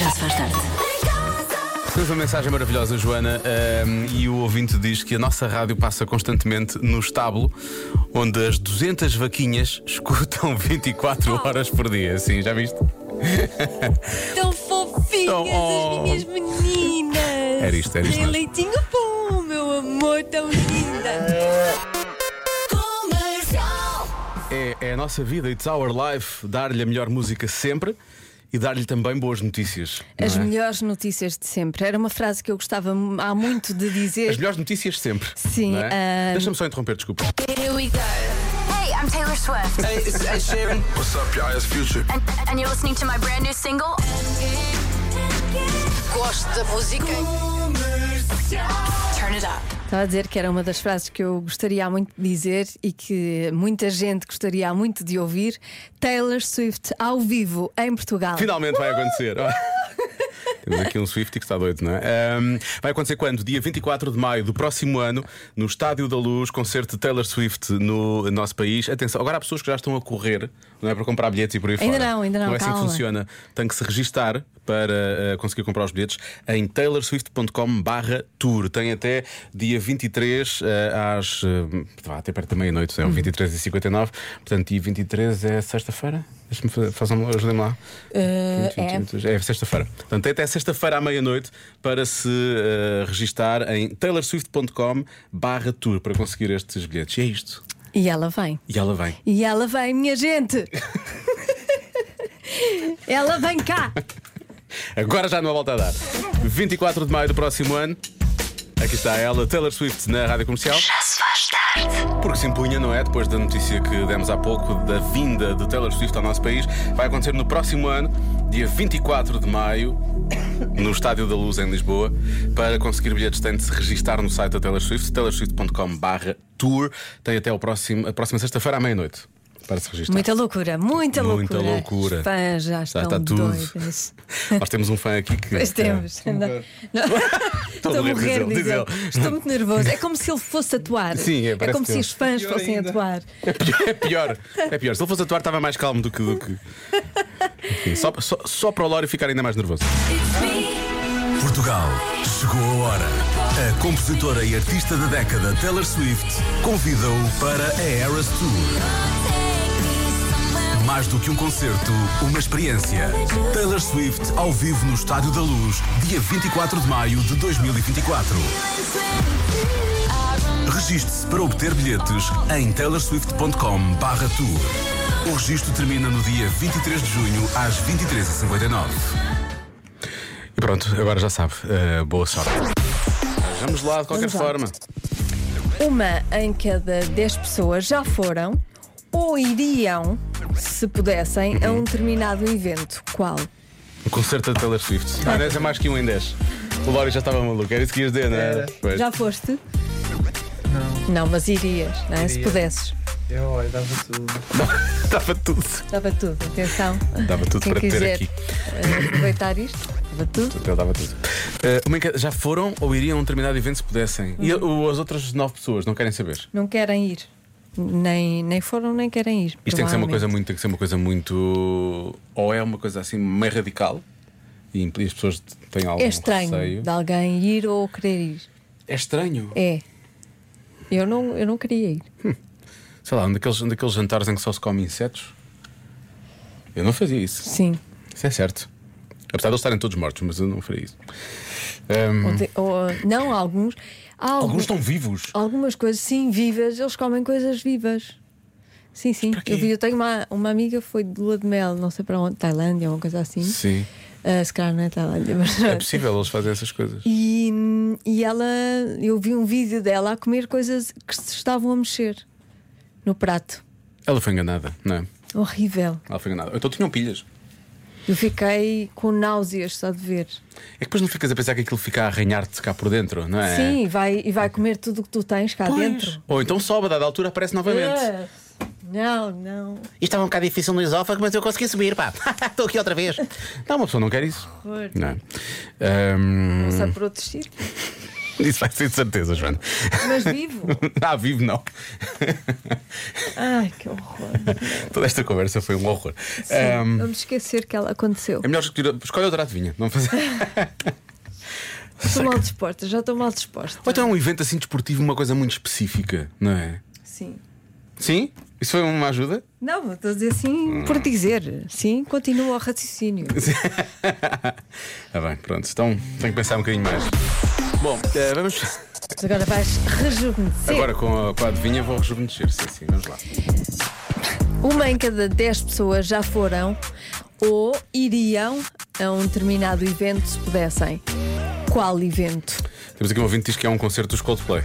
Já se faz tarde. Temos uma mensagem maravilhosa, Joana, ahm, e o ouvinte diz que a nossa rádio passa constantemente no estábulo, onde as 200 vaquinhas escutam 24 horas por dia. Sim, já viste? Tão fofinhas Tão- oh. as minhas meninas. Era isto, era isto Tem um mesmo. leitinho bom, meu amor, tão linda. É, é a nossa vida, it's our life, dar-lhe a melhor música sempre e dar-lhe também boas notícias. não As é? melhores notícias de sempre. Era uma frase que eu gostava m- há muito de As dizer. melhores notícias sempre. Sim, ehm, não é? ahm. Deixa-me só interromper, desculpa. Here we go. Hey, I'm Taylor Swift. Hey, it's Ed Sheeran. What's up, y'all? It's Future. And, and you're listening to my brand new single. Gosto da música. Turn it up. Estava a dizer que era uma das frases que eu gostaria há muito de dizer e que muita gente gostaria há muito de ouvir. Taylor Swift ao vivo em Portugal. Finalmente vai acontecer. Temos aqui um Swift que está doido, não é? Ahm, vai acontecer quando? Dia 24 de maio do próximo ano, no Estádio da Luz, concerto de Taylor Swift no nosso país. Atenção, agora há pessoas que já estão a correr, não é para comprar bilhetes e por aí Ainda fora. não, ainda não, é assim que calma. funciona. Tem que se registar para ah, conseguir comprar os bilhetes em taylorswift.com/tour. Tem até dia 23 ah, às. ah, vá, até perto da meia-noite, é o 23h59. Portanto, dia 23 é sexta-feira? Deixa-me fazer, façam- ajudem-me lá. Eh, 20, 21, 22, é sexta-feira. Portanto, tem até sexta-feira à meia-noite para se eh, registar em taylorswift.com barra tour para conseguir estes bilhetes. E é isto. E ela vem. E ela vem. E ela vem, minha gente! ela vem cá! Agora já não há volta a dar. 24 de maio do próximo ano. Aqui está ela, Taylor Swift, na Rádio Comercial. Já se faz tarde. Porque se impunha, não é? Depois da notícia que demos há pouco da vinda de Taylor Swift ao nosso país, vai acontecer no próximo ano, dia 24 de maio, no Estádio da Luz, em Lisboa. Para conseguir bilhetes, tem de se registar no site da Taylor Swift, taylorswift.com/tour. Tem até o próximo, a próxima sexta-feira à meia-noite para se registrar. Muita loucura, muita Tá. Muita loucura. loucura. As fãs já estão está tudo. doidas. Nós temos um fã aqui que. Pois temos. Não- não- Estou a morrer, diz ele. Estou muito nervoso. É como se ele fosse atuar. Sim, é, é parece como que se eu- os fãs fossem atuar. É pior, é pior. É pior. Se ele fosse atuar, estava mais calmo do que. Do que... Enfim, só, só, só para o Lório ficar ainda mais nervoso. Portugal, chegou a hora. A compositora e artista da década Taylor Swift convida-o para a Eras Tour. Mais do que um concerto, uma experiência. Taylor Swift ao vivo no Estádio da Luz, dia 24 de maio de 2024. Registe-se para obter bilhetes em taylorswift.com/tour. O registro termina no dia 23 de junho às 23h59. E pronto, agora já sabe. Eh, boa sorte. Vamos lá, de qualquer Vamos lá. forma. Uma em cada 10 pessoas já foram ou iriam, se pudessem, a um determinado evento. Qual? Um concerto da Taylor Swift. Tá. Ah, dez é mais que um em 10. O Lório já estava maluco, era isso que ias dizer, não era? Pois. Já foste? Não. Não, mas irias, não é? se Iria. pudesses. Eu olho, dava tudo. Dava tudo. Dava tudo, atenção. Dava tudo Quem para ter quiser aqui. eh, aproveitar isto, dava tudo. Eu dava Então, tudo. Eh, uma em cada- já foram ou iriam a um determinado evento se pudessem? E Uhum. o- as outras nove pessoas não querem saber? Não querem ir. Nem, nem foram, nem querem ir. Isto tem que ser uma coisa provavelmente. muito, tem que ser uma coisa muito. Ou é uma coisa assim meio radical e impl- as pessoas têm algum É estranho um receio. de alguém ir ou querer ir. É estranho. É. Eu não, eu não queria ir. Sei lá, um daqueles, um daqueles jantares em que só se come insetos. Eu não fazia isso. Sim. Isso é certo. Apesar de eles estarem todos mortos, mas eu não faria isso. Ahm, Ou te- ou- não, alguns. há algum- alguns estão vivos. Algumas coisas, sim, vivas. Eles comem coisas vivas. Sim, sim. Para quê? Eu, vi, eu tenho uma, uma amiga que foi de lua de mel, não sei para onde, Tailândia ou uma coisa assim. Sim. Ah, se calhar não é Tailândia, mas. É possível eles fazerem essas coisas. E, e ela, eu vi um vídeo dela a comer coisas que se estavam a mexer no prato. Ela foi enganada, não é? Horrível. Ela foi enganada. Então tinham pilhas. Eu fiquei com náuseas só de ver. É que depois não ficas a pensar que aquilo fica a arranhar-te cá por dentro, não é? Sim, e vai, e vai comer tudo o que tu tens cá dentro. Ou então sobe, a dada altura aparece novamente. Ah, Não, não. Isto estava um bocado difícil no esófago, mas eu consegui subir, pá. Estou aqui outra vez. Não, uma pessoa não quer isso. Horror. Não. é? Ahm, Passar por outro sítio. Isso vai ser de certeza, Joana. Mas vivo? ah, vivo não. Ai, que horror. Toda esta conversa foi um horror. Sim, Vamos esquecer que ela aconteceu. É melhor escolher, escolhe outra adivinha. Não fazer. Estou mal disposta, já estou mal disposta. Ou então é um evento assim desportivo, uma coisa muito específica, não é? Sim. Sim? Isso foi uma ajuda? Não, estou a dizer sim por dizer. Sim, continua o raciocínio. Ah, bem, pronto. Então tenho que pensar um bocadinho mais. Bom, eh, vamos. Mas agora vais rejuvenescer. Agora com a, com a adivinha vou rejuvenescer. Sim, sim, vamos lá. Uma em cada 10 pessoas já foram ou iriam a um determinado evento se pudessem. Qual evento? Temos aqui um ouvinte que diz que é um concerto dos Coldplay.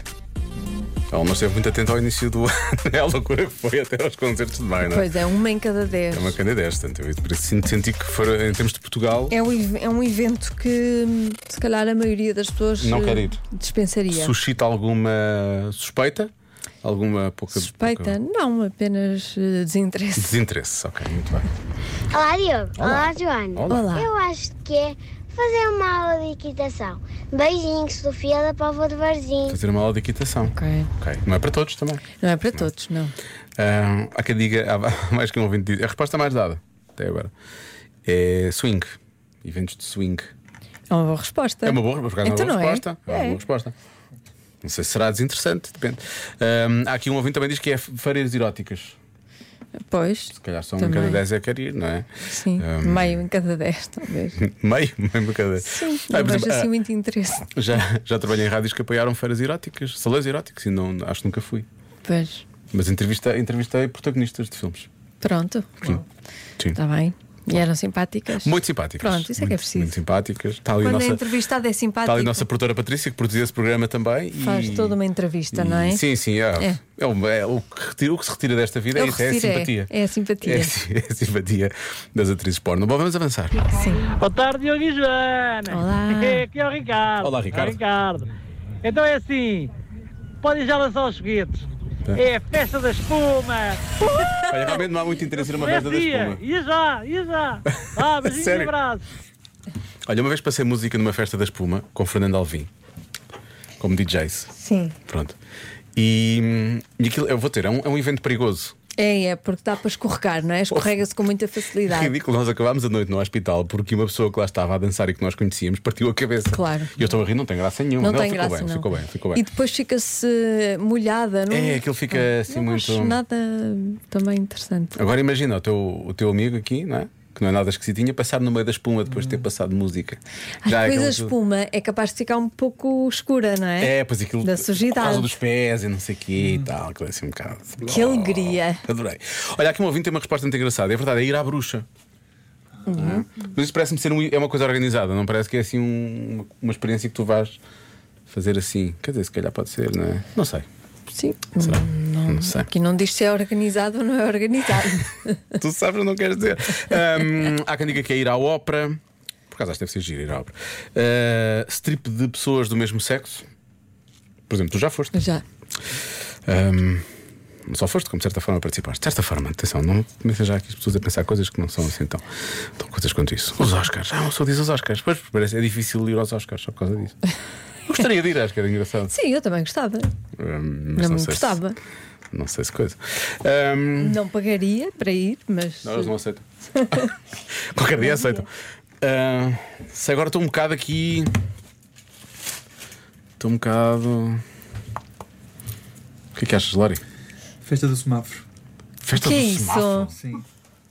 Ela não esteve muito atenta ao início do ano. É a loucura que foi até aos concertos de maio, não é? Pois é, uma em cada 10. É uma candidez, portanto, eu por isso sinto- senti que foram, em termos de Portugal, É um, ev- é um evento que hum, se calhar a maioria das pessoas Não eh, quer ir. dispensaria. suscita alguma suspeita? Alguma pouca. Suspeita? pouca- Não, apenas eh, desinteresse. Desinteresse, ok, muito bem. Olá, Diogo. Olá, Joana. Olá. Olá. Eu acho que é fazer uma aula de equitação. Beijinhos, Sofia da Póvoa de Varzim. Fazer uma aula de equitação. Ok. Ok. Não é para todos também. Não é para todos, não. Ah, há quem diga, há mais que um ouvinte diz. A resposta mais dada, até agora, é swing. Eventos de swing. É uma boa resposta. É uma boa, por acaso, é uma Então boa não é? resposta. É. uma É. boa resposta. Não sei se será desinteressante, depende. Ah, há aqui um ouvinte que também diz que é feiras eróticas. Pois. Se calhar só um em Também. cada 10 é quer ir, não é? Sim, Hum. meio em cada 10, talvez. Meio, meio em cada. Sim, Ah, não por vejo exemplo, assim ah, muito interesse. já, já trabalhei em rádios que apoiaram feiras eróticas, salões eróticos, e não, acho que nunca fui. Pois, Mas entrevistei, entrevistei protagonistas de filmes. pronto, Sim. Sim. está bem. E eram simpáticas. Muito simpáticas. Pronto, isso é que é muito, preciso. Muito simpáticas. Está ali, a Quando a nossa, entrevistada é está simpática, ali a nossa produtora Patrícia, que produziu esse programa também. e- faz toda uma entrevista, e- não é? Sim, sim. É, É. é o, é o que retira- o que se retira desta vida É é, o isso, que é a se tira, simpatia. é a simpatia. É a si- é a simpatia das atrizes porno. Bom, vamos avançar. Boa tarde, Diogo e Joana. Olá. Aqui é o Ricardo. Olá, Ricardo. É o Ricardo. Então é assim: podem já lançar os foguetes. É a festa da espuma. Olha, realmente não há muito interesse numa é festa da dia. espuma. E já, e já. Ah, beijinhos Sério? e abraços. Olha, uma vez passei música numa festa da espuma com Fernando Alvim, como DJs. Sim. Pronto. E, hum, e aquilo, eu vou ter, é um, é um evento perigoso. É, é, porque dá para escorregar, não é? Escorrega-se com muita facilidade. É Ridículo, nós acabámos a noite no hospital porque uma pessoa que lá estava a dançar e que nós conhecíamos partiu a cabeça. Claro. E eu estou a rir, não tem graça nenhuma. Não Ele tem ficou graça, bem, não. Ficou bem, ficou bem. E depois fica-se molhada, não É, aquilo fica assim não muito. acho nada também interessante. Agora imagina o teu, o teu amigo aqui, não é? Que não é nada esquisitinho, a passar no meio da espuma depois de ter passado música. Ai, é depois aquela a coisa- espuma é capaz de ficar um pouco escura, não é? É, pois aquilo. Da Por sujidade. Hum. causa dos pés e não sei o quê e tal. Aquilo assim um bocado. Oh, Que alegria. Adorei. Olha, aqui um ouvinte tem uma resposta muito engraçada. É verdade, é ir à bruxa. Uhum. Não é? Mas isso parece-me ser um- é uma coisa organizada, não parece que é assim um- uma, uma experiência que tu vais fazer assim. Quer dizer, se calhar pode ser, não é? Não sei. Sim. Será? Não, sei. Aqui Hum, não diz se é organizado ou não é organizado. Tu sabes, eu não quero dizer. Ahm, há quem diga que é ir à ópera. Por acaso acho que deve ser giro ir à ópera. Ah, strip de pessoas do mesmo sexo. Por exemplo, tu já foste. Já. Ahm, só foste, como de certa forma, participaste. De certa forma, atenção, não comecem já aqui as pessoas a pensar coisas que não são assim tão, tão coisas quanto isso. Os Oscars, ah, só diz os Oscars. Pois parece, é difícil ir aos Oscars só por causa disso. Gostaria de ir, acho que era engraçado. Sim, eu também gostava. Ahm, não Não me sei se- gostava. não sei se coisa. Ahm, Não pagaria para ir, mas. Não, eles não aceitam. Qualquer dia aceitam. Ah, se agora estou um bocado aqui. Estou um bocado. O que é que achas, Lori? Festa do semáforo. Festa que é do isso? semáforo. Sim.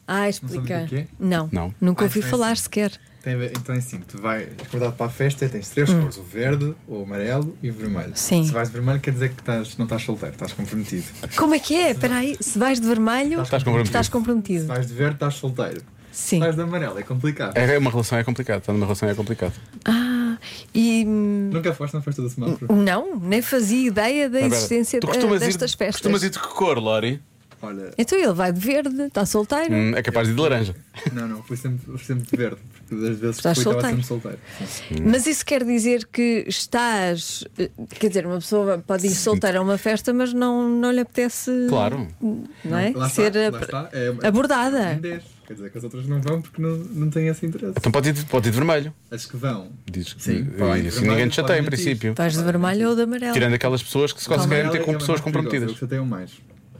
Ah, Não explica. sabes o que é? Não, Não. nunca Ah, ouvi então é falar assim. sequer. Tem a ver- então é assim: tu vais acordado para a festa e tens três cores: o verde, o amarelo e o vermelho. Hum. Sim. Se vais de vermelho, quer dizer que estás- não estás solteiro, estás comprometido. Como é que é? Espera aí, se vais de vermelho, Estás comprometido. estás Se comprometido. vais de verde, estás solteiro. Sim. Se vais de amarelo, é complicado. É uma relação é complicado. Estar numa relação é complicado. Ah, e. hum, Nunca foste na festa do semáforo? Não, nem fazia ideia da Espera, existência tu de- ah, costumas ir- destas festas. Costumas ir de que cor, Lori? Olha, Então ele vai de verde, está solteiro. Hum, é capaz de ir de laranja. não, não, fui sempre, fui sempre de verde, porque das vezes que É. Estás fui estava solteiro. sempre solteiro. Mas isso quer dizer que estás. eh, Quer dizer, uma pessoa pode ir solteira a uma festa, mas não, não lhe apetece. Claro. Não é? Lá está, Ser lá ab- está, é- abordada. Timidez. Quer dizer que as outras não vão porque não, não têm esse interesse. Então pode ir, de- pode ir de vermelho. As que vão. Diz. Sim, E- pode ir e de assim vermelho, ninguém te chateia, em pode mentir. princípio. Estás de vermelho ou de amarelo? Tirando aquelas pessoas que se conseguem amarelo meter é com a pessoas mais perigosa, é o comprometidas. que chateiam mais.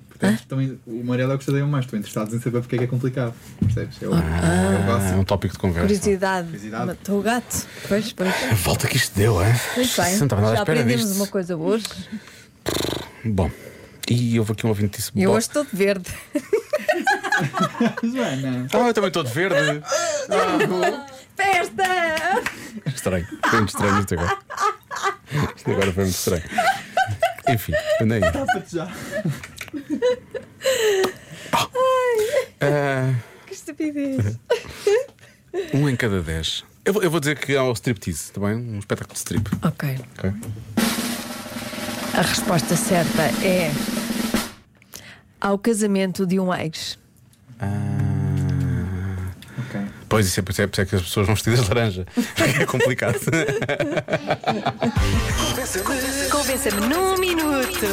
Portanto, estão in- o amarelo é o que chateiam mais. Estão interessados em saber porque é que é complicado. Percebes? É o, é o Ah, é gossip. um tópico de conversa. Curiosidade. Curiosidade. Matou o gato. Pois, pois. A volta que isto deu, é? Muito bem. Não estava nada à Já espera aprendemos disto. uma coisa hoje. Bom, e houve aqui um ouvinte que disse. Eu "Bom, hoje estou de verde. Joana, Ah, eu também estou de verde. Festa! Estranho. Foi muito estranho isto agora. Isto agora foi muito estranho. Enfim, andei. Tá tapa-te já. Ah, Que estupidez. um em cada dez. Eu vou, eu vou dizer que há o striptease, está bem? Um espetáculo de strip. Ok. ok? A resposta certa é. Ao casamento de um ex. Ok. Ah, Pois isso é, por isso é, por isso é que as pessoas vão vestidas de laranja. É complicado. Convença-me num minuto.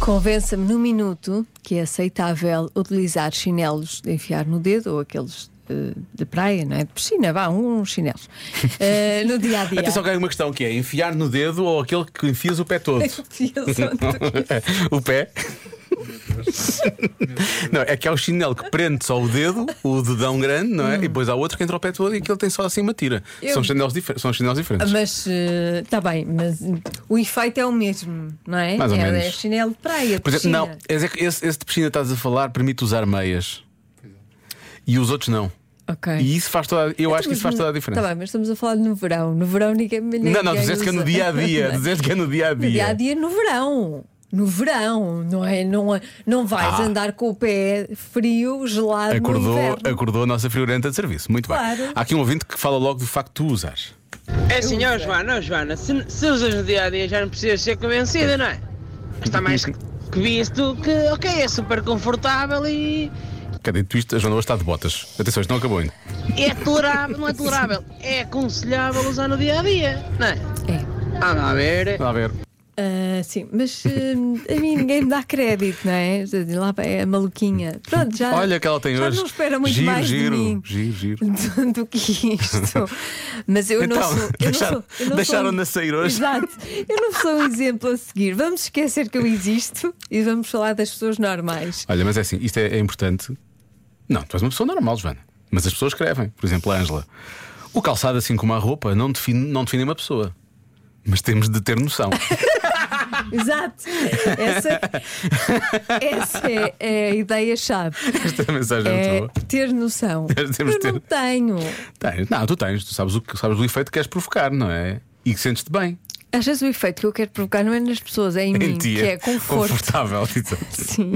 Convença-me num minuto que é aceitável utilizar chinelos de enfiar no dedo ou aqueles eh, de praia, não é? De piscina, vá, uns chinelos. Eh, no dia a dia. Atenção que há uma questão que é enfiar no dedo ou aquele que enfias o pé todo. É, o pé. Não, é que há o chinelo que prende só o dedo, o dedão grande, não é? E depois há outro que entra o pé todo e aquele tem só assim uma tira. Eu- São, chinelos difer- são chinelos diferentes. Mas está bem, mas hum, o efeito é o mesmo, não é? Mais ou é, menos. é chinelo de praia. Por exemplo, piscina. não, esse, é que- esse, esse de piscina que estás a falar permite usar meias. E os outros não. Ok. E isso faz toda a- Eu acho que isso faz toda a diferença. Está Tá bem, É. Então, mas estamos a falar de no verão. No verão ninguém me não, não, dizeste que é no dia a dia. Dizeste que é no dia a No dia a dia. dia, no verão. No verão, não é? Não, não vais Ah. andar com o pé frio, gelado. no Acordou, inverno. acordou a nossa friorenta de serviço. Muito bem. Claro. Há aqui um ouvinte que fala logo do facto de tu usares. É assim, ó Joana, ó Joana, se, se usas no dia a dia já não precisas ser convencida, não é? Está mais que que visto que, ok, é super confortável e, Cadê dito isto? A Joana hoje está de botas. Atenção, isto não acabou ainda. e é tolerável, não é tolerável, é aconselhável usar no dia a dia, não é? É. Anda a ver. Vá a ver. Ah, sim, mas hum, a mim ninguém me dá crédito, não é? Quer dizer, Lá vai a maluquinha. Pronto, já. Olha que ela tem já hoje. não espera muito giro, mais giro, de mim. giro, giro. do, do que isto. Mas eu não Então, sou. eu não deixaram- sou- eu não deixaram-na sou- um sair hoje. Exato. Eu não sou um exemplo a seguir. Vamos esquecer que eu existo e vamos falar das pessoas normais. Olha, mas é assim, isto é, é importante. Não, tu és uma pessoa normal, Joana. Mas as pessoas escrevem. Por exemplo, a Ângela. O calçado, assim como a roupa, não define, não define uma pessoa. Mas temos de ter noção. Exato. Essa, essa é, é a ideia-chave. Esta mensagem é É muito boa. ter noção. Temos de eu ter. não tenho. Tens- Não, tu tens, tu sabes o, que- sabes o efeito que queres provocar, não é? E que sentes-te bem Às vezes o efeito que eu quero provocar não é nas pessoas, é em, em mim, ti. que é conforto. Confortável, exato. Sim.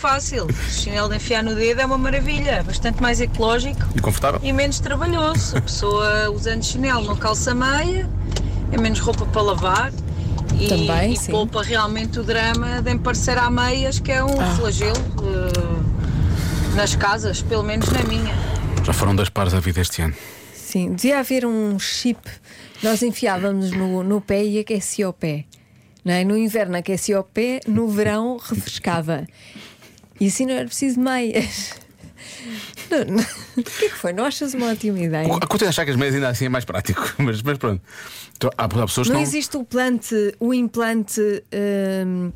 Fácil. Chinelo de enfiar no dedo é uma maravilha. Bastante mais ecológico E confortável. e menos trabalhoso. A pessoa usando chinelo não calça meia, é menos roupa para lavar. E, Também, e sim. poupa realmente o drama de emparecer a meias, que é um Ah. flagelo eh, nas casas, pelo menos na minha. Já foram dois pares a vida este ano. Sim, devia haver um chip. Nós enfiávamos no, no pé e aquecia o pé. Não é? No inverno aquecia o pé, no verão refrescava. E assim não era preciso de meias. Não, não. O que é que foi? Não achas uma ótima ideia? Eu Continuo a achar que as meias ainda assim é mais prático, mas, mas pronto. Então, há, há pessoas que Não não. existe o plante, o implante hum,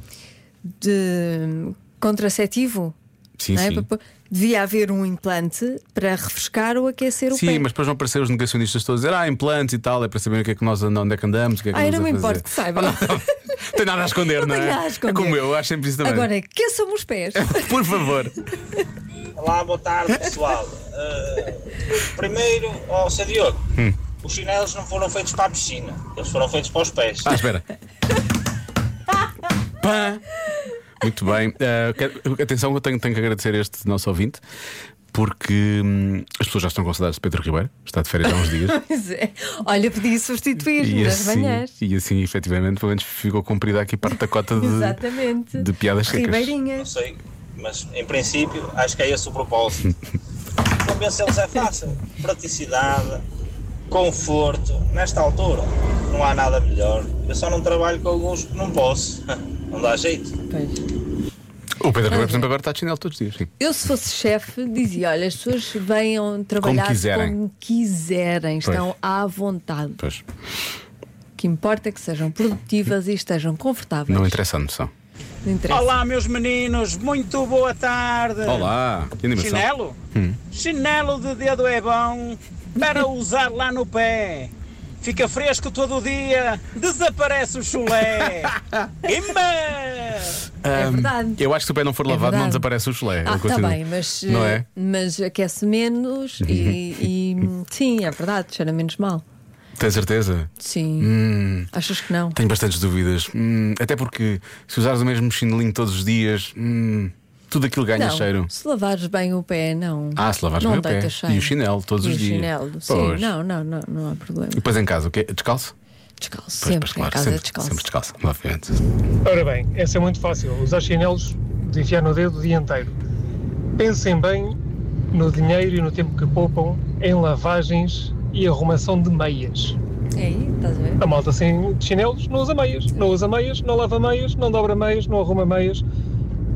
de contraceptivo? Sim, não é? sim. Para- Devia haver um implante para refrescar ou aquecer o Sim, pé. mas depois vão aparecer os negacionistas todos a dizer ah, implantes e tal, é para saber o que é que nós andamos, onde é que andamos, o que é que Ai, andamos Ah, não me a fazer. importo que saibam. Não Tem nada a esconder, não, Não é? tenho nada a esconder. É como eu, acho sempre isso também. Agora, que são os pés? Por favor. Olá, boa tarde pessoal. Eh, primeiro, ó Sr. Diogo, os chinelos não foram feitos para a piscina, eles foram feitos para os pés. Ah, espera. Pá. Muito bem. Ah, quero- atenção, eu tenho, tenho que agradecer este nosso ouvinte, porque hum, as pessoas já estão com saudades de Pedro Ribeiro, está de férias há uns dias. Pois é. Olha, podia substituir E nas assim, manhãs. e assim, efetivamente, pelo menos ficou cumprida aqui parte da cota de, Exatamente. de piadas secas. Não Ribeirinhas. sei, mas em princípio acho que é esse o propósito. Convencê-los é fácil. Praticidade, conforto, nesta altura não há nada melhor. Eu só não trabalho com alguns que não posso. Não dá jeito. Pois. O Pedro Ribeiro, por exemplo, agora está de chinelo todos os dias. Sim. Eu, se fosse chefe, dizia: olha, as pessoas venham trabalhar Como quiserem. como quiserem, estão à vontade. Pois. O que importa é que sejam produtivas e estejam confortáveis. Não interessa a noção. Não interessa. Olá, meus meninos, muito boa tarde. Olá, que animação. Chinelo? Hum. Chinelo de dedo é bom para usar lá no pé. Fica fresco todo dia, desaparece o chulé. Imba! É verdade. Eu acho que se o pé não for É lavado, não verdade. desaparece o chulé. Ah, Eu está continuo. bem, mas, Não eh, é? mas aquece menos e, e, sim, é verdade, cheira menos mal. Tens certeza? Sim. Hum. Achas que não? Tenho bastantes dúvidas. Hum, até porque se usares o mesmo chinelinho todos os dias, hum, tudo aquilo ganha não, cheiro. Se lavares bem o pé, não. Ah, se lavares não bem o deita pé. Cheiro. E o chinelo todos E os o dias. chinelo, sim. Pois. Não, não, não, não há problema. E depois em casa, o quê? Descalço? Descalço, Pois, sempre. pois, claro, em casa é sempre, descalço. Sempre descalço, obviamente. Ora bem, essa é muito fácil. Usar chinelos de enfiar no dedo o dia inteiro. Pensem bem no dinheiro e no tempo que poupam em lavagens e arrumação de meias. Aí, É estás a ver? A malta sem chinelos não usa meias. Não usa meias, não lava meias, não dobra meias, não arruma meias.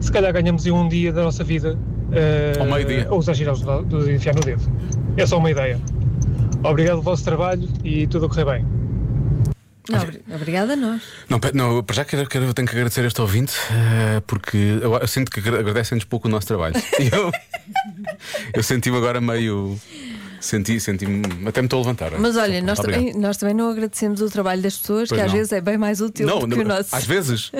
Se calhar ganhamos em um dia da nossa vida eh, Ao meio-dia. a usar chinelos de, de enfiar no dedo. É só uma ideia. Obrigado pelo vosso trabalho e tudo a correr bem. Não, obri- obrigada a nós. Não, pe- não, eu para já quero, quero, tenho que agradecer este ouvinte, eh, porque eu, eu sinto que agra- agradecem-nos pouco o nosso trabalho. E eu eu senti-me agora meio. Senti, senti-me. Até me estou a levantar. Mas olha, nós Obrigado. também, nós também não agradecemos o trabalho das pessoas, Pois que às não. vezes é bem mais útil Não, do que não, o nosso. às vezes.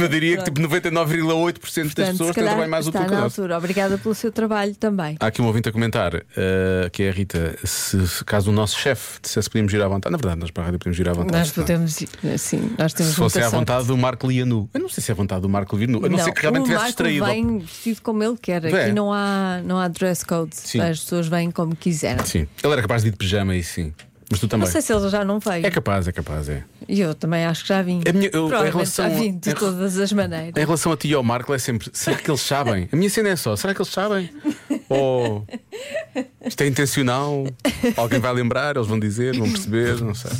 Eu diria que tipo 99,8% das Portanto, se pessoas têm um calhar trabalho mais está útil que o na nosso. altura. Obrigada pelo seu trabalho também. Há aqui um ouvinte a comentar, eh, que é a Rita, se, se caso o nosso chefe dissesse que podíamos girar à vontade. Na verdade, nós para a rádio podemos girar à vontade. Nós se não. é? podemos, sim, nós temos Se fosse muita à sorte. vontade do Marco Lia nu. Eu não sei se é à vontade do Marco Lia nu. A não, ser que realmente o tivesse Marco distraído. vem vestido como ele quer. É. Aqui não há, não há dress code. Sim. As pessoas vêm como quiserem. Sim. Ele era capaz de ir de pijama e sim. Mas tu também. Não sei se ele já não veio. É capaz, é capaz, é. E eu também acho que já vim. A É minha- eu- em Provavelmente relação já a- vim de em- todas as Em maneiras. relação a ti e ao Marco, é sempre: será que eles sabem? A minha cena é só: será que eles sabem? Ou isto é intencional? Alguém vai lembrar? Eles vão dizer, vão perceber, não sei.